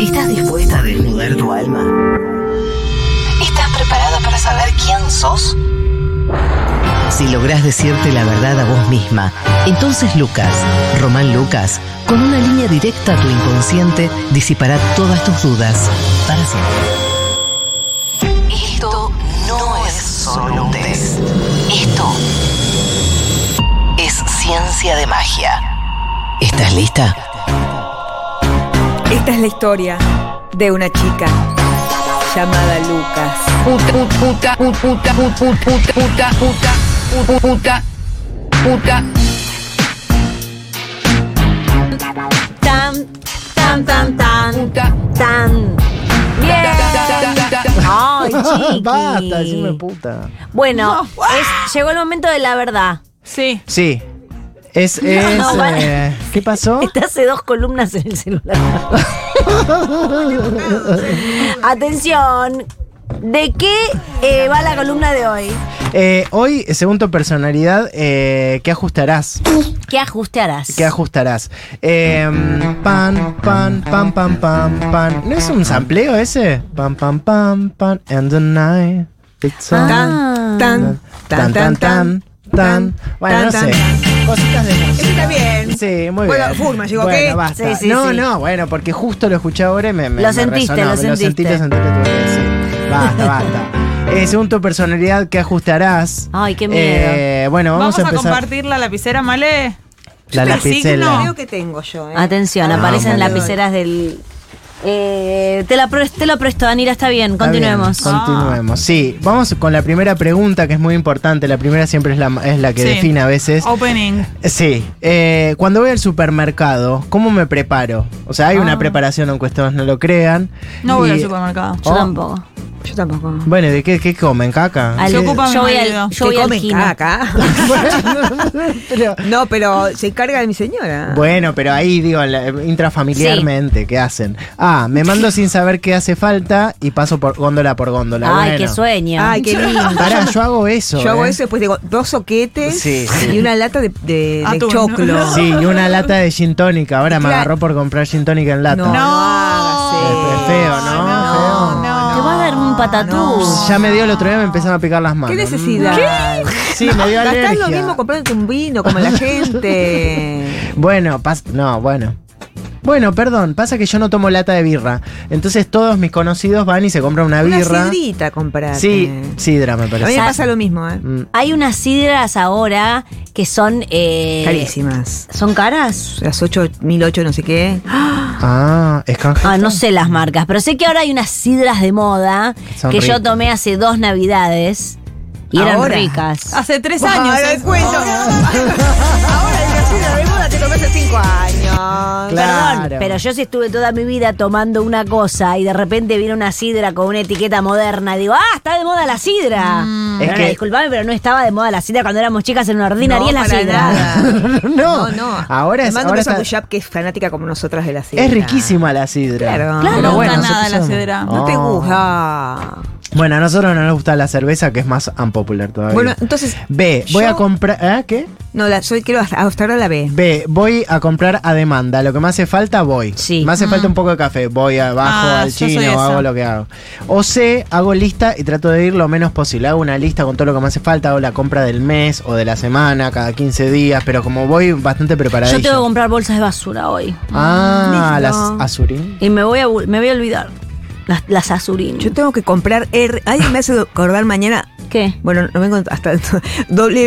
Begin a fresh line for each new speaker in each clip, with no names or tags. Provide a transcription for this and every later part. ¿Estás dispuesta a desnudar tu alma? ¿Estás preparada para saber quién sos? Si lográs decirte la verdad a vos misma, entonces Lucas, Román Lucas, con una línea directa a tu inconsciente, disipará todas tus dudas para siempre. Esto no es solo un test. Esto es ciencia de magia. ¿Estás lista?
Esta es la historia de una chica llamada Lucas.
Ah.
puta, puta, puta, puta, puta, puta, puta, puta, puta, puta.
Tan, tan, tan, tan,
Puta.
tan. Bien. Ay, chiqui.
Basta, decime puta.
Bueno, es- llegó el momento de la verdad.
Sí.
Sí. Es, es,
no, vale.
eh, ¿Qué pasó?
Te hace dos columnas en el celular. Atención. ¿De qué eh, va la columna de hoy?
Eh, hoy, según tu personalidad, eh, ¿qué ajustarás?
¿Qué ajuste harás?
¿Qué ajustarás? Eh, pan, pan, pan, pan, pan, pan. ¿No es un sampleo ese? Pan, pan, pan, pan, and the night. It's on.
Ah.
Tan,
tan, tan, tan, tan. Bueno, no sé. Cositas de música.
Está bien.
Sí, muy
Bueno,
bien.
Furma, llegó,
Bueno,
¿qué?
basta.
Sí, sí,
no,
sí.
no, bueno, porque justo lo escuché ahora y me, me-
Lo
me
sentiste,
resonó.
lo
sentí,
sentiste.
lo sentí, lo tuve que decir. Basta, basta. Eh, según tu personalidad, ¿qué ajustarás?
Ay, qué miedo.
Eh, bueno, vamos,
Vamos, a,
empezar.
compartir la lapicera,
La
Male. Yo te
lapicera.
asigno-
que tengo yo, ¿eh?
Atención,
Ah,
aparecen
vale.
lapiceras del. Eh, te, la pre- te lo presto, Anira, está bien,
Está bien,
continuemos.
continuemos. Sí, vamos con la primera pregunta que es muy importante. La primera siempre es la, es la que
Sí.
define a veces.
Opening.
Sí, eh, cuando voy al supermercado, ¿cómo me preparo? O sea, hay una
Ah.
preparación, aunque ustedes no lo crean.
No voy
Y-
al supermercado.
Yo
Oh.
tampoco. Yo tampoco.
Bueno, ¿de qué, qué comen? ¿Caca?
Al-
Ah, Se
¿Qué-
ocupa mi
yo voy
marido.
al, yo voy
¿Qué
al
comen
Kino.
caca?
Pero-
No, pero se encarga de mi señora.
bueno, pero ahí digo, la- intrafamiliarmente, ¿qué hacen? Ah, me mando sin saber qué hace falta y paso por góndola por góndola.
Ay,
Bueno.
qué sueño.
Ay, qué lindo.
Pará, yo hago eso.
Yo hago
¿eh?
eso después digo dos soquetes
Sí, sí.
y una lata de, de- de
Ah,
Atún.
choclo.
Sí, y una lata de gin tónica. Ahora me
Claro.
agarró por comprar gin tónica en lata.
No, no
Es
hagas eso.
feo, ¿no?
No,
Feo.
no.
Te va a dar un patatús.
Ya me dio el otro día, me empezaron a picar las manos.
¿Qué necesidad?
Sí, me dio alergia.
Gastás lo mismo comprándote un vino como la gente.
Bueno, pas- no, bueno. Bueno, perdón, pasa que yo no tomo lata de birra. Entonces todos mis conocidos van y se compran una
Una
birra.
sidrita comprate.
sí, sidra me
A mí
parece.
me pasa lo mismo, ¿eh?
Mm.
Hay unas sidras ahora que son. eh,
Carísimas.
¿Son caras?
Las 8.008 no sé qué.
Ah, es canje.
Ah, no sé las marcas, pero sé que ahora hay unas sidras de moda
Son
que yo
ricas.
tomé hace dos navidades y eran
Ahora.
ricas.
Hace tres años.
Ahora
es-
el cuento. ¿eh? Ahora el vecino de moda te lo hace cinco años.
Claro.
Perdón, pero yo sí estuve toda mi vida tomando una cosa y de repente viene una sidra con una etiqueta moderna y digo, ah, está de moda la sidra.
Mm.
Es
Ahora,
que-
disculpame, pero no estaba de moda la sidra cuando éramos chicas en una ordinaria es la
para
sidra.
nada. No,
No,
no.
Ahora
Te
es,
mando un
ahora
beso a
está-
Guyap, que es fanática como nosotras de la sidra.
es riquísima la sidra.
Claro.
Claro,
Pero
no
bueno,
gusta nada
nosotros
la
somos-
sidra.
No te
Oh.
gusta.
Bueno, a nosotros no nos gusta la cerveza, que es más unpopular todavía.
Bueno, entonces.
B, voy
yo-
a comprar. ¿eh? ¿Qué?
No, la, yo quiero ajustar a la B.
B, voy a comprar a demanda. Lo que me hace falta, voy.
Sí.
Me hace falta
Ah.
un poco de café. Voy abajo
Ah,
al
yo soy
chino,
esa.
hago lo que hago. O C, hago lista y trato de ir lo menos posible. Hago una lista con todo lo que me hace falta. Hago la compra del mes o de la semana, cada 15 días. Pero como voy bastante
Yo
preparadillo.
tengo que comprar bolsas de basura hoy
Ah, las
Listo.
azurín.
y me voy a, me voy a olvidar. Las, las azurín.
Yo tengo que comprar R. Alguien me hace acordar mañana.
¿Qué?
Bueno, no vengo hasta.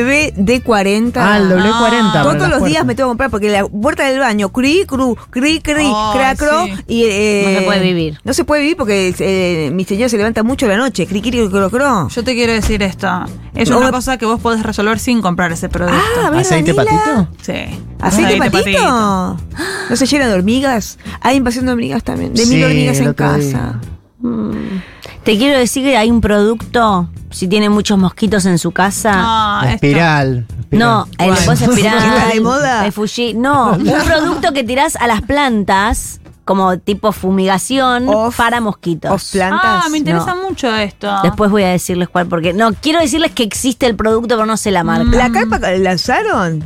WD40.
Ah, el W40. para
Todos
las
los días
puertas.
me tengo que comprar porque la puerta del baño, cri, cru, cri, cri,
Ay,
cracro.
sí.
Y, eh,
No se puede vivir.
No se puede vivir porque eh, mi señora se levanta mucho a la noche, cri, cri, cro, cro.
Yo te quiero decir esto. Es
No.
una cosa que vos podés resolver sin comprar ese producto.
Ah, a ver,
¿Aceite
Daniela.
patito?
sí.
¿Aceite
Ahí te
patito? ¿No se llena de hormigas? Hay invasión de hormigas también, de
Sí,
mil hormigas
el
en
otro
casa.
día.
Te quiero decir que hay un producto, si tiene muchos mosquitos en su casa.
Ah, esto.
espiral. espiral.
No,
eh,
el
¿Cuál?
puedes
¿La
espiral.
de moda?
el Fuji- No, un producto que tirás a las plantas como tipo fumigación
Off-
para mosquitos.
off plant.
Ah,
plantas,
me interesa mucho esto.
Después voy a decirles cuál, porque no, quiero decirles que existe el producto, pero no sé la marca.
¿La carpa la usaron?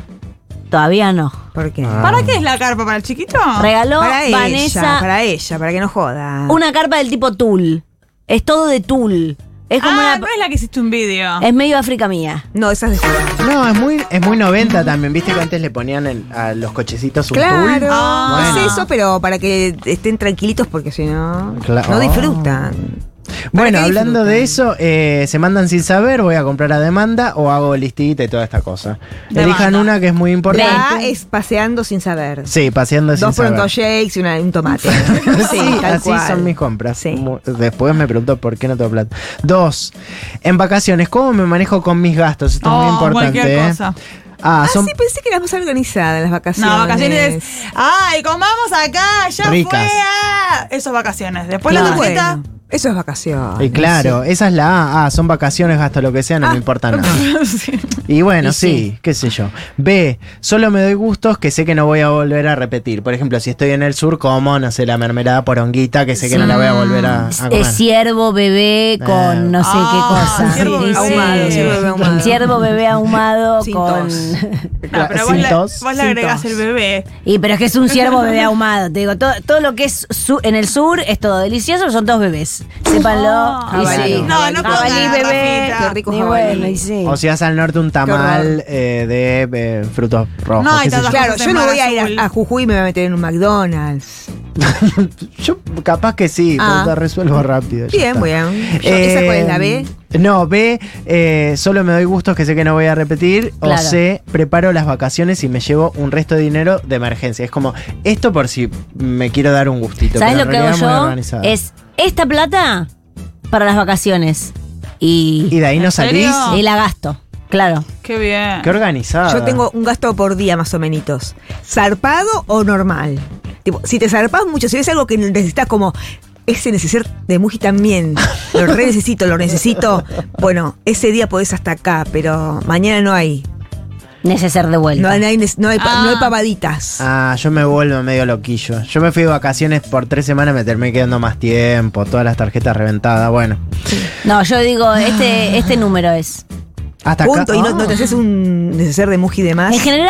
Todavía no.
¿Por qué?
Ah.
¿Para qué es la carpa? ¿Para el chiquito?
Regaló
para ella,
Vanessa
para ella, para que no joda.
una carpa del tipo tul. Es todo de tul. Es como
ah,
una.
no es la que hiciste un vídeo.
Es medio África mía.
No, esa es de joda.
No, es muy, es muy 90 también. Viste que antes le ponían el- a los cochecitos un
Claro,
tul?
Ah,
es
bueno.
eso, pero para que estén tranquilitos porque si no,
Cla-
no
oh.
disfrutan.
Bueno,
qué
hablando
disfrutan?
de eso, eh, se mandan sin saber, voy a comprar a demanda o hago listita y toda esta cosa.
Demanda.
Elijan una que es muy
La A
importante.
es paseando sin saber.
Sí, paseando sin
Dos
saber.
pronto shakes y una- un tomate.
sí,
tal
así
cual.
son mis compras.
Sí.
Mu- Después me preguntó por qué no tengo plata. Dos, en vacaciones, ¿cómo me manejo con mis gastos? Esto es muy
Oh,
importante.
cualquier
¿eh?
cosa.
Ah,
Ah,
son
sí, pensé que eras más organizada en las vacaciones.
No, vacaciones. es, Ay, comamos acá, ya
Ricas.
fue. ah". Eso es vacaciones. Después
Bueno,
la tarjeta.
bueno, eso es vacaciones.
Y claro, esa es la A. Ah, son vacaciones, gasto lo que sea,
Ah,
no me importa nada.
Sí.
Y bueno, sí, qué sé yo. B, solo me doy gustos que sé que no voy a volver a repetir. Por ejemplo, si estoy en el sur, como, no sé, la mermelada poronguita, que sé que no la voy a volver a, a comer.
Es ciervo bebé con no sé
Ah,
qué cosa.
ciervo
Sí,
bebé.
sí.
Ahumado,
ciervo bebé ahumado.
Ciervo bebé ahumado
Sin
con.
tos.
No, Ah, pero vos,
Sin
le-
tos.
vos le agregás el bebé.
Y pero es que es un ciervo bebé ahumado. Te digo, todo, todo lo que es su- en el sur es todo delicioso, son todos bebés. Sépanlo.
Ah,
Y
jabalí.
sí.
No, no
Jabalí,
pongan,
bebé.
Rafita.
Qué rico
Y
jabalí.
bueno, y sí.
O si vas al norte, un tamal eh, de eh, frutos rojos.
No, hay
qué sé
tantas
Claro,
Las
yo no
cosas
voy a
en mar
ir a,
azul.
a Jujuy y me voy a meter en un McDonald's.
yo. yo capaz que sí,
Ah.
pero te resuelvo rápido. ya
Bien,
está.
muy bien. Yo- ¿Esa cuál es la B?
Eh, No, B, eh, solo me doy gustos que sé que no voy a repetir. O
Claro.
C, preparo las vacaciones y me llevo un resto de dinero de emergencia. Es como, esto por si me quiero dar un gustito.
¿Sabes
pero
lo
en
que hago
realidad muy
yo?
organizada.
Es esta plata para las vacaciones.
Y
Y,
de ahí no
¿En serio?
salís.
Oh.
no.
y la gasto. Claro.
Qué bien.
Qué organizada.
Yo tengo un gasto por día más o menos. ¿Zarpado o normal? Tipo, si te zarpas mucho, si ves algo que necesitas como ese neceser de Muji también, lo re necesito, lo necesito, bueno, ese día podés hasta acá, pero mañana no hay.
Neceser de
No
vuelta.
hay, no hay, no hay pa- no hay
Ah.
pavaditas.
Ah, yo me vuelvo medio loquillo. Yo me fui de vacaciones por tres semanas, me terminé quedando más tiempo, todas las tarjetas reventadas. Bueno,
No, yo digo, este, este número es.
hasta
Punto.
acá.
Y no, no
Ah.
te haces un neceser de Muji de más.
En general,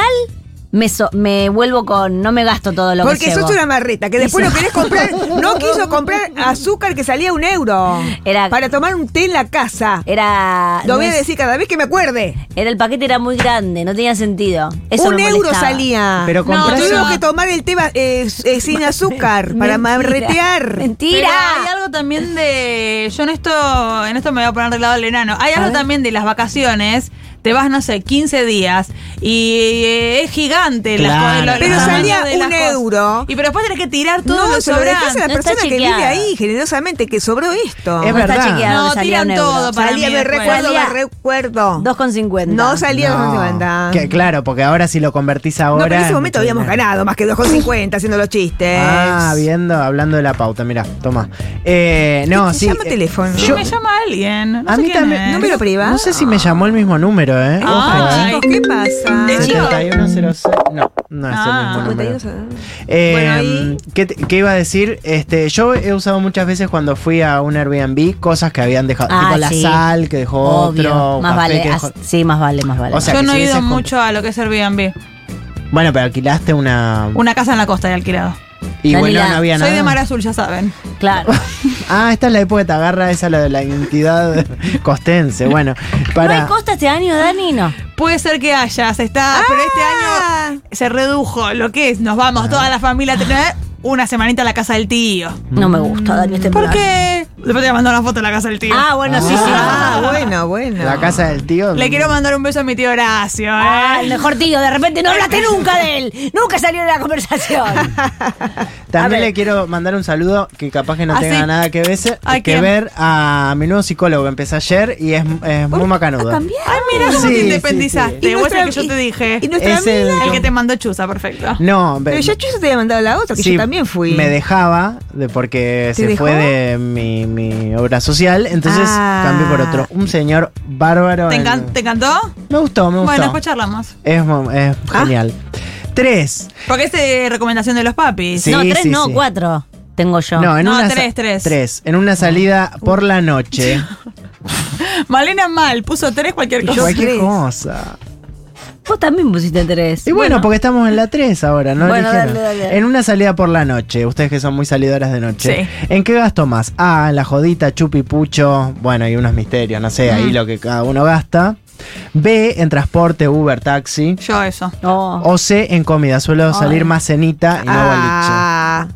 me, so- me vuelvo con. No me gasto todo lo
Porque
que
sos
llevo.
una marreta, que después
Y
lo
sí.
querés comprar. No quiso comprar azúcar que salía un euro.
Era-
Para tomar un té en la casa.
Era.
Lo
no
voy a
es-
decir cada vez que me acuerde.
era el paquete era muy grande, no tenía sentido. Eso
un
me
euro
molestaba.
salía.
Pero No,
no,
compras-
tuvimos
no.
que tomar el té va- eh, eh, sin azúcar para
Mentira.
marretear.
Pero hay
Mentira.
algo también de. Yo en esto, en esto me voy a poner del lado del enano. Hay algo también de las vacaciones. Te vas, no sé, 15 días y eh, es gigante las
Claro.
cosas, lo-
Pero
los
salía
tamaños de
un
las cosas.
euro.
Y pero después tenés que tirar todo
no,
lo
se lo dejás a la
sobrante.
No está
persona que vive
chequeada.
ahí generosamente, que sobró esto.
Es
No está
verdad.
chequeado,
No,
salía
tiran
un euro.
todo para
salía,
mí
me
después.
recuerdo, me
Salía
recuerdo.
2,50.
No salía
No.
con 2,50.
Que, claro, porque ahora si lo convertís ahora.
No, pero en
es
ese momento
mucho
habíamos
dinero.
ganado más que 2,50 haciendo los chistes.
Ah, viendo, hablando de la pauta, mira, toma. Eh, no,
¿Te
sí.
llama
eh,
teléfono?
Sí,
yo-
me llama alguien. No
a
sé
mí
quién
también.
es.
No me lo- privado.
No sé si me llamó el mismo número, ¿eh?
Ah,
Ojo,
Chicos, ¿qué pasa?
¿eh? 7106. No, no es
Ah.
el mismo número.
51.
Eh,
Bueno, ahí-
¿qué, te- qué iba a decir? Este, yo he usado muchas veces cuando fui a un Airbnb cosas que habían dejado,
Ah,
tipo la
sí.
sal que dejó
Obvio.
otro,
más
café
vale.
que dejó-
as- sí, más vale, más vale.
O sea,
Yo
que
no
si
he ido
hubieses comp-
mucho a lo que es Airbnb.
Bueno, pero alquilaste una
Una casa en la costa he alquilado.
y bueno,
Dalila,
no había
Soy
nada.
de Mar Azul, ya saben.
claro.
Ah, esta es la época de agarra esa la de la identidad costense. Bueno,
¿No
para
hay costa este año, Dani? No.
Puede ser que haya, se está, pero este
Ah.
año se redujo lo que es, nos
Ah.
vamos toda la familia a tener una semanita a la casa del tío.
No me gusta, Dani, este
¿Por
plan.
qué? Después te voy a mandar una foto de la casa del tío.
Ah, bueno, sí, sí.
Ah, bueno, bueno.
la casa del tío.
Le quiero mandar un beso a mi tío Horacio, ¿eh?
Ah, el mejor tío, de repente no hablaste nunca de él. Nunca salió de la conversación.
También
a ver.
le quiero mandar un saludo que capaz que no
¿Ah,
tenga
sí?
nada que, verse-
¿A
que
quién?
ver a mi nuevo psicólogo. Empecé ayer y es, es muy macanudo.
Ay, mira cómo
Sí,
te
sí,
independizaste.
sí.
Y
Vos el que
nuestra-
yo te dije.
y nuestra
Es el-
el que te mandó chuza, perfecto.
No,
Pero
ve-
ya yo te había mandado la otra, que
Sí,
yo también fui.
Me dejaba de porque se
dejó?
fue de mi, mi obra social, entonces
Ah.
cambié por otro. Un señor bárbaro.
¿Te,
en-
encan- te encantó?
Me gustó, me gustó.
Bueno, después charlamos.
es, mo- es genial. Tres.
Porque es eh, recomendación de los papis.
Sí,
no, tres
sí,
no,
sí.
cuatro tengo yo.
No, en
No,
una sa-
tres, tres.
En una salida por la noche.
Malena mal, puso tres cualquier
Y
cosa.
yo-
Cualquier
tres.
cosa.
Vos también pusiste tres.
Y bueno, porque estamos en la 3 ahora, ¿no?
Bueno,
Eligieron.
dale, dale.
En una salida por la noche, ustedes que son muy salidoras de noche. ¿En qué gasto más? Ah, en la jodita, chupi, pucho, bueno, y unos misterios, no sé, ahí lo que cada uno gasta. B, en transporte, Uber, taxi.
Yo eso.
No.
O C, en comida, suelo salir más cenita y no boliche.
Ah,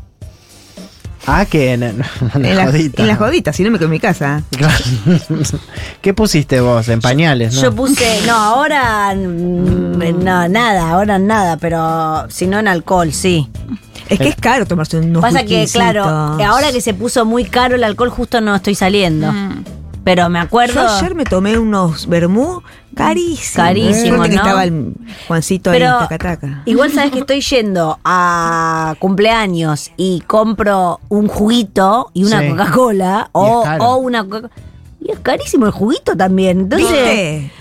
Ah, que en, en
en,
la
la-
jodita.
en las joditas, si no me quedo en mi casa.
¿Qué pusiste vos? En pañales, ¿no?
Yo puse, no, ahora mm, no, nada, ahora nada, pero si no en alcohol, sí.
Es que es caro tomarse unos
Pasa que,
whiskycitos.
claro, eh, ahora que se puso muy caro el alcohol, justo no estoy saliendo.
Mm.
Pero me acuerdo.
Yo ayer me tomé unos vermú carísimos.
Carísimo,
Suerte que
¿no?
estaba el Juancito ahí en
pero
Tacataca.
igual sabes que estoy yendo a cumpleaños y compro un juguito y una
Sí.
Coca-Cola o,
caro.
o una coca Y es carísimo el juguito también. Entonces,
¿Viste?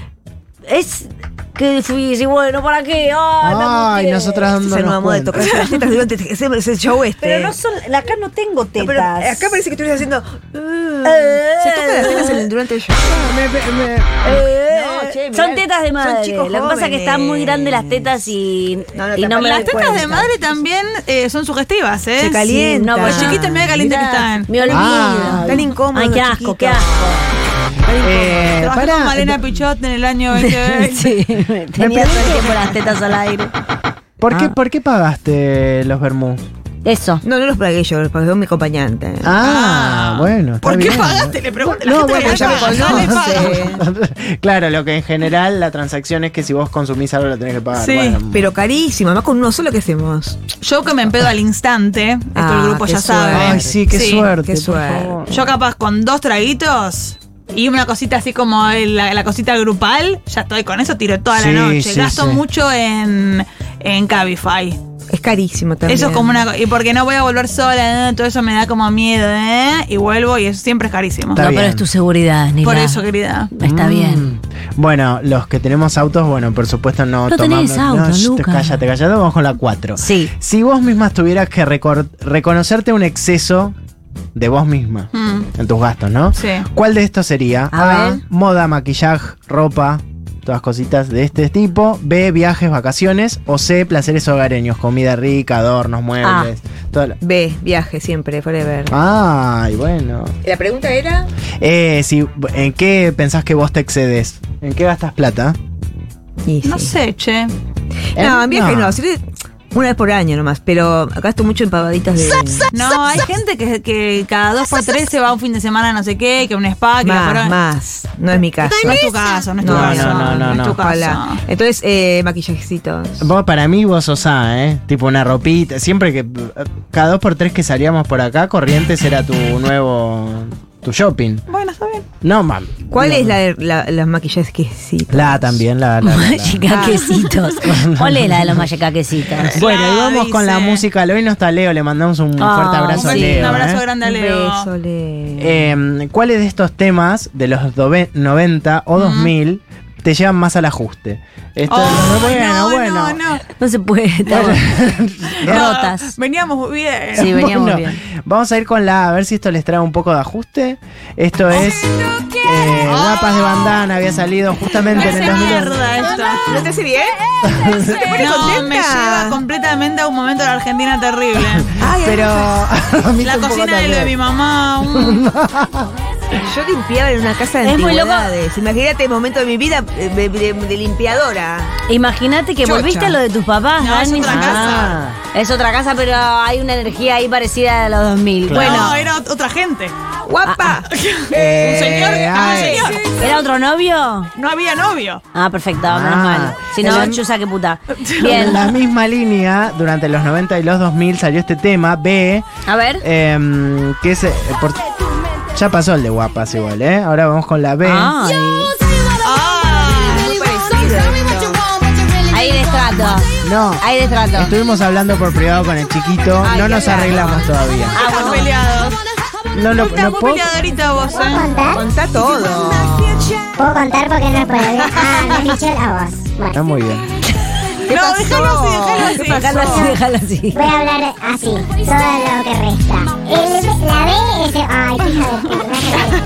es que difícil. Bueno, ¿para qué? Ay, me
Ay,
agoté.
nosotras dándonos
Se nos amó de
cuenta.
tocar las tetas durante ese, ese show este.
Pero no son, acá no tengo tetas.
No, pero eh, acá parece que tú estás haciendo. "Mm".
Eh.
se toca las tetas en el- durante el show.
Me- me- me-
No, che, mirá,
Eh, son tetas de
son
madre.
chicos
Lo que pasa es que están muy grandes las
jóvenes.
tetas y y
No,
no,
no, tampoco.
me
Las
doy
tetas
cuenta.
de madre también eh, son sugestivas, ¿eh?
Se calienta.
Sí, no,
Los
porque
chiquitos medio calientes que están.
Ah, Me olvido.
Ah.
Tan incómodo,
Ay, qué asco,
chiquito.
qué asco.
Eh,
Trabajé
pará.
con Malena Pichot en el año 2020.
sí, tenía todo el tiempo las tetas al aire.
¿Por, qué, ¿Por qué pagaste los vermú?
Eso.
No, no los pagué yo, los pagó mi acompañante.
Ah, bueno. está
¿Por qué
bien.
pagaste? Le pregunto.
No,
la
bueno,
gente
ya me
paga, no le paga.
conoce. claro, lo que en general la transacción es que si vos consumís algo lo tenés que pagar.
Sí,
Bueno,
Pero carísimo, además con uno solo que hacemos.
Yo que me empedo al instante, esto
Ah,
el grupo
qué
ya
suerte.
sabe.
Ay, sí, qué suerte.
qué
por
suerte.
favor.
Yo capaz con dos traguitos y una cosita así como el- la, la cosita grupal, ya estoy con eso, tiro toda
Sí,
la noche.
sí,
Gasto
sí.
mucho en, en Cabify.
Es carísimo también.
Eso es como una... co- Y porque no voy a volver sola, eh, todo eso me da como miedo, ¿eh? Y vuelvo y eso siempre es carísimo.
Está
no,
bien.
pero es tu seguridad, Nila.
Por eso, querida.
Está bien.
Mm. Bueno, los que tenemos autos, bueno, por supuesto no,
No
tomamos.
tenés auto,
no, shh,
Luca.
Cállate, cállate, vamos con la 4.
Sí.
Si vos misma tuvieras que recor- reconocerte un exceso de vos misma
Mm.
en tus gastos, ¿no?
Sí.
¿Cuál de estos sería?
A ver.
Moda, maquillaje, ropa, todas cositas de este tipo. B, viajes, vacaciones. O C, placeres hogareños, comida rica, adornos, muebles. toda la-
B, viaje siempre, forever.
Ah.
Ay, bueno.
La pregunta era.
Eh, si, ¿En qué pensás que vos te excedes? ¿En qué gastas plata?
No sé, che.
No, en viaje
no.
no, sirve una vez por año nomás, pero gasto mucho en pavaditas de.
No, hay gente que, que cada dos por tres se va un fin de semana no sé qué, que un spa, Ah, que la
Más,
parada-
más. No es mi caso.
No es tu caso, no es tu
No,
caso.
no, no, no,
es tu
no.
caso.
Ojalá. Entonces, eh, maquillajecitos.
Vos, para mí vos sos A, ¿eh? Tipo una ropita. Siempre que. Cada dos por tres que salíamos por acá, Corrientes era tu nuevo. tu shopping.
Bueno, está bien.
No, mam.
¿Cuál
No.
es la, de- la, las maquillajecitos?
La también, la. la, la, la.
Mayacaquecitos. ¿Cuál es la de los mayacaquecitos?
Bueno, y
Ah,
vamos con la
dice.
música. Hoy no está Leo, le mandamos un
Ah,
fuerte abrazo
Un
a
beso,
Leo.
un abrazo
¿eh?
grande a
Un
Leo.
beso, Leo.
Eh, ¿Cuáles de estos temas de los dove- 90 o 2000 te llevan más al ajuste? Esto
Oh,
bueno,
no,
bueno.
no, no.
No se puede. estar
No,
Rotas.
Veníamos bien.
Sí, veníamos
Bueno,
bien.
Vamos a ir con la A, a ver si esto les trae un poco de ajuste. Esto es eh, Guapas de Bandana, había salido justamente en
Oh. Parece
el 2011.
mierda esto.
¿No te hace bien?
No, me
contenta?
lleva completamente a un momento de la Argentina terrible.
Ay,
Pero a mí
La
tampoco
cocina de lo de mi
también.
mamá. un-
yo limpiaba en una casa de
Es muy loco.
antigüedades. Imagínate el momento de mi vida eh, de, de- de limpiadora.
Imagínate que
Chocha.
volviste a lo de tus papás,
No, es
Dani. Ah.
otra
casa.
Es otra casa, pero hay una energía ahí parecida a los 2000.
No, era ot- otra gente. Ah,
¡Guapa!
Eh,
un Eh, señor. ah,
ay.
un señor.
Bueno, ¿era otro novio?
No había novio.
Ah, perfecto,
Ah.
menos mal. Si no, chusa, qué puta.
En
Bien.
la misma línea, durante los 90 y los 2000 salió este tema, B,
A ver.
em, que es... eh, por- ya pasó el de guapas igual, ¿eh? Ahora vamos con la B.
Ah.
Ay. Hay destrato.
No,
Hay destrato.
estuvimos hablando por privado con el chiquito,
Ay,
no
qué Ah,
nos
raro.
arreglamos todavía.
Están peleados.
No, lo-
Estás
no
muy
puedo-
peleadorita vos, eh.
Contá todo.
Puedo contar porque no puedo. Ah, me has dicho la voz. Bueno,
Está muy bien.
¿Qué
No,
pasó?
déjalo así, déjalo así.
Déjalo así, déjalo así.
voy a hablar así, todo lo que resta. El- la B es. Ay, hija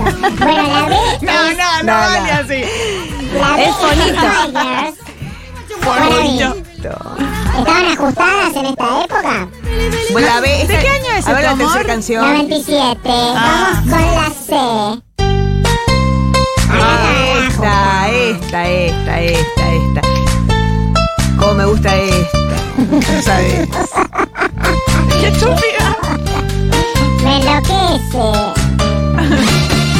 de puta, no hagas esto. Bueno, la B.
Ah, No, no, no, vale así.
La B
Es
es
bonito.
Spoilers. Ahora bien, ¿Estaban ajustadas en esta época?
Bueno, la B,
¿De
esta-
qué año es
A ver la
esto,
tercera
amor?
canción.
97. Vamos con la C.
Ah, Esta, esta, esta, esta, esta. Cómo me gusta esta. No sabes.
Me enloquece.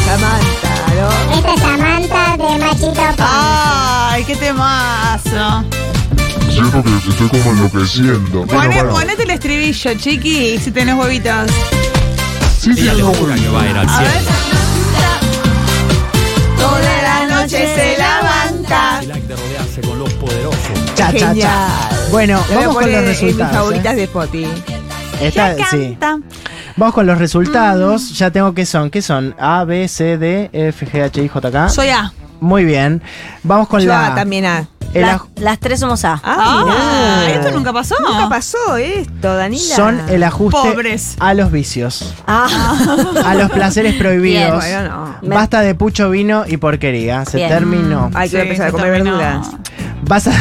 Samantha, ¿no?
Esta es Samantha de Machito Pop.
Ay, qué temazo.
Siento que estoy como enloqueciendo. Bueno,
Poné-
bueno.
Ponete el estribillo, chiqui, si tenés huevitos.
Sí, sí, no, bueno.
que va a ir al cielo.
Toda la noche se levanta.
Y la de rodearse con los poderosos.
Cha, cha, cha.
Genial.
Bueno,
La voy a
vamos con
poner
los
en mis
resultados.
favoritas
¿eh?
de Spotify.
Esta- sí. Vamos con los resultados.
Mm.
Ya tengo que son. ¿Qué son? A, B, C, D, E, F, G, H, I, J, K.
Soy A.
Muy bien. Vamos con
Yo
la.
ah, también ah.
el
La-
aj-
las tres somos A.
Ah,
Ah,
esto nunca pasó.
Nunca pasó esto, Danila.
son el ajuste
Pobres.
a los vicios,
Ah.
a los placeres prohibidos.
Bueno, no.
Basta de pucho, vino y porquería. Se
Bien.
terminó.
Hay que
Sí,
empezar a
se
comer
terminó.
verduras.
Vas a.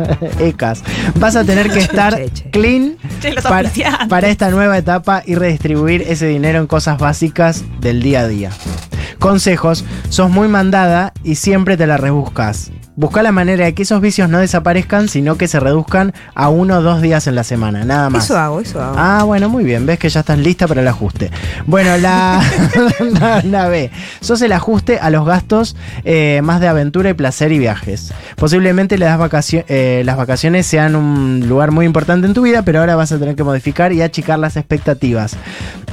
Ecas. Vas a tener que estar
Che, che.
clean
Che, los
para,
auspiciantes.
para esta nueva etapa y redistribuir ese dinero en cosas básicas del día a día. Consejos: sos muy mandada y siempre te la rebuscas. Busca la manera de que esos vicios no desaparezcan, sino que se reduzcan a uno o dos días en la semana, nada más.
Eso hago, eso hago.
Ah, bueno, muy bien. Ves que ya estás lista para el ajuste. Bueno, la, la, la B. Sos el ajuste a los gastos eh, más de aventura y placer y viajes. Posiblemente las, vacacio- eh, las vacaciones sean un lugar muy importante en tu vida, pero ahora vas a tener que modificar y achicar las expectativas.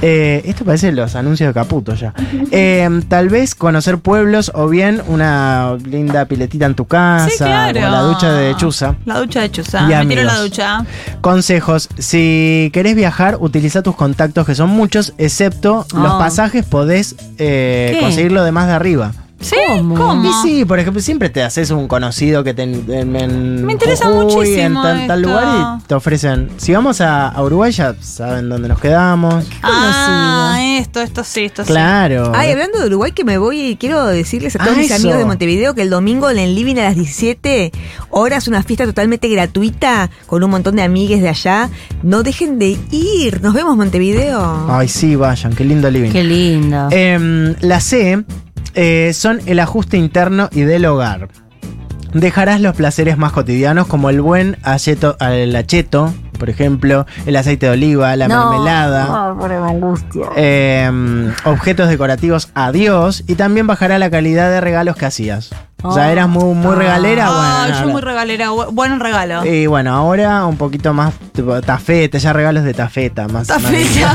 Eh, esto parece los anuncios de Caputo ya. Eh, tal vez conocer pueblos o bien una linda piletita en tu casa,
Sí, claro.
o la ducha de Chuza.
La ducha de Chusa.
Y
Me
amigos.
tiro la ducha.
Consejos, si querés viajar, utiliza tus contactos, que son muchos, excepto los
Ah.
pasajes podés eh,
¿Qué?
conseguirlo de más de arriba.
¿Sí? ¿Cómo?
Y sí, por ejemplo, siempre te haces un conocido que te, en, en
Me interesa
en
muchísimo
tal, tal
esto.
lugar y te ofrecen. Si vamos a, a Uruguay ya saben dónde nos quedamos.
Ah, esto, esto sí, esto sí.
Claro.
Ay, hablando de Uruguay, que me voy y quiero decirles a todos
Ah,
mis
eso.
amigos de Montevideo que el domingo en el Living a las 17 horas, una fiesta totalmente gratuita con un montón de amigues de allá. No dejen de ir. Nos vemos, Montevideo.
Ay, sí, vayan, qué lindo living.
Qué lindo.
Em, la C eh, son el ajuste interno y del hogar. Dejarás los placeres más cotidianos como el buen acheto, el acheto, por ejemplo, el aceite de oliva, la
No.
mermelada,
No, por la angustia.
em, objetos decorativos, adiós, y también bajará la calidad de regalos que hacías. O sea,
Oh.
eras muy, muy regalera,
Ah,
bueno.
yo
ahora-
muy regalera. bu- Buen regalo.
y bueno, ahora un poquito más tipo, tafeta, ya regalos de tafeta, más, más-
Tafeta.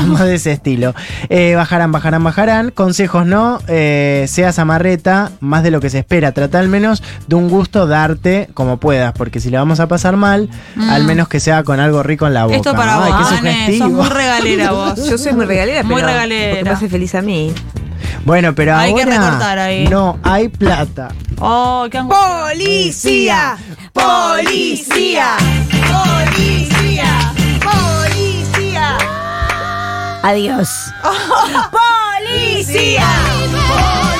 más de ese estilo. Eh, bajarán, bajarán, bajarán. Consejos no, eh, seas amarreta, más de lo que se espera. Trata al menos de un gusto darte como puedas, porque si la vamos a pasar mal, al menos que sea con algo rico en la boca.
Mm. esto para
Ay,
vos,
qué
Vane, sos
sugestivo.
muy regalera vos.
Yo soy muy regalera,
Muy
pero
regalera.
porque me hace feliz a mí.
Bueno, pero
Hay que
ahora
recortar ahí.
no hay plata.
Oh, qué angustia.
¡Policía! ¡Policía! ¡Policía! ¡Policía!
Adiós.
¡Policía!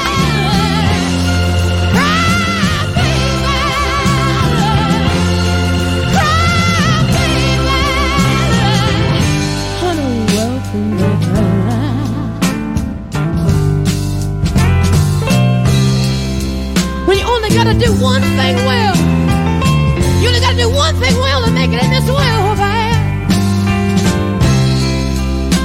When you only gotta do one thing well, you only gotta do one thing well to make it in this world. eh?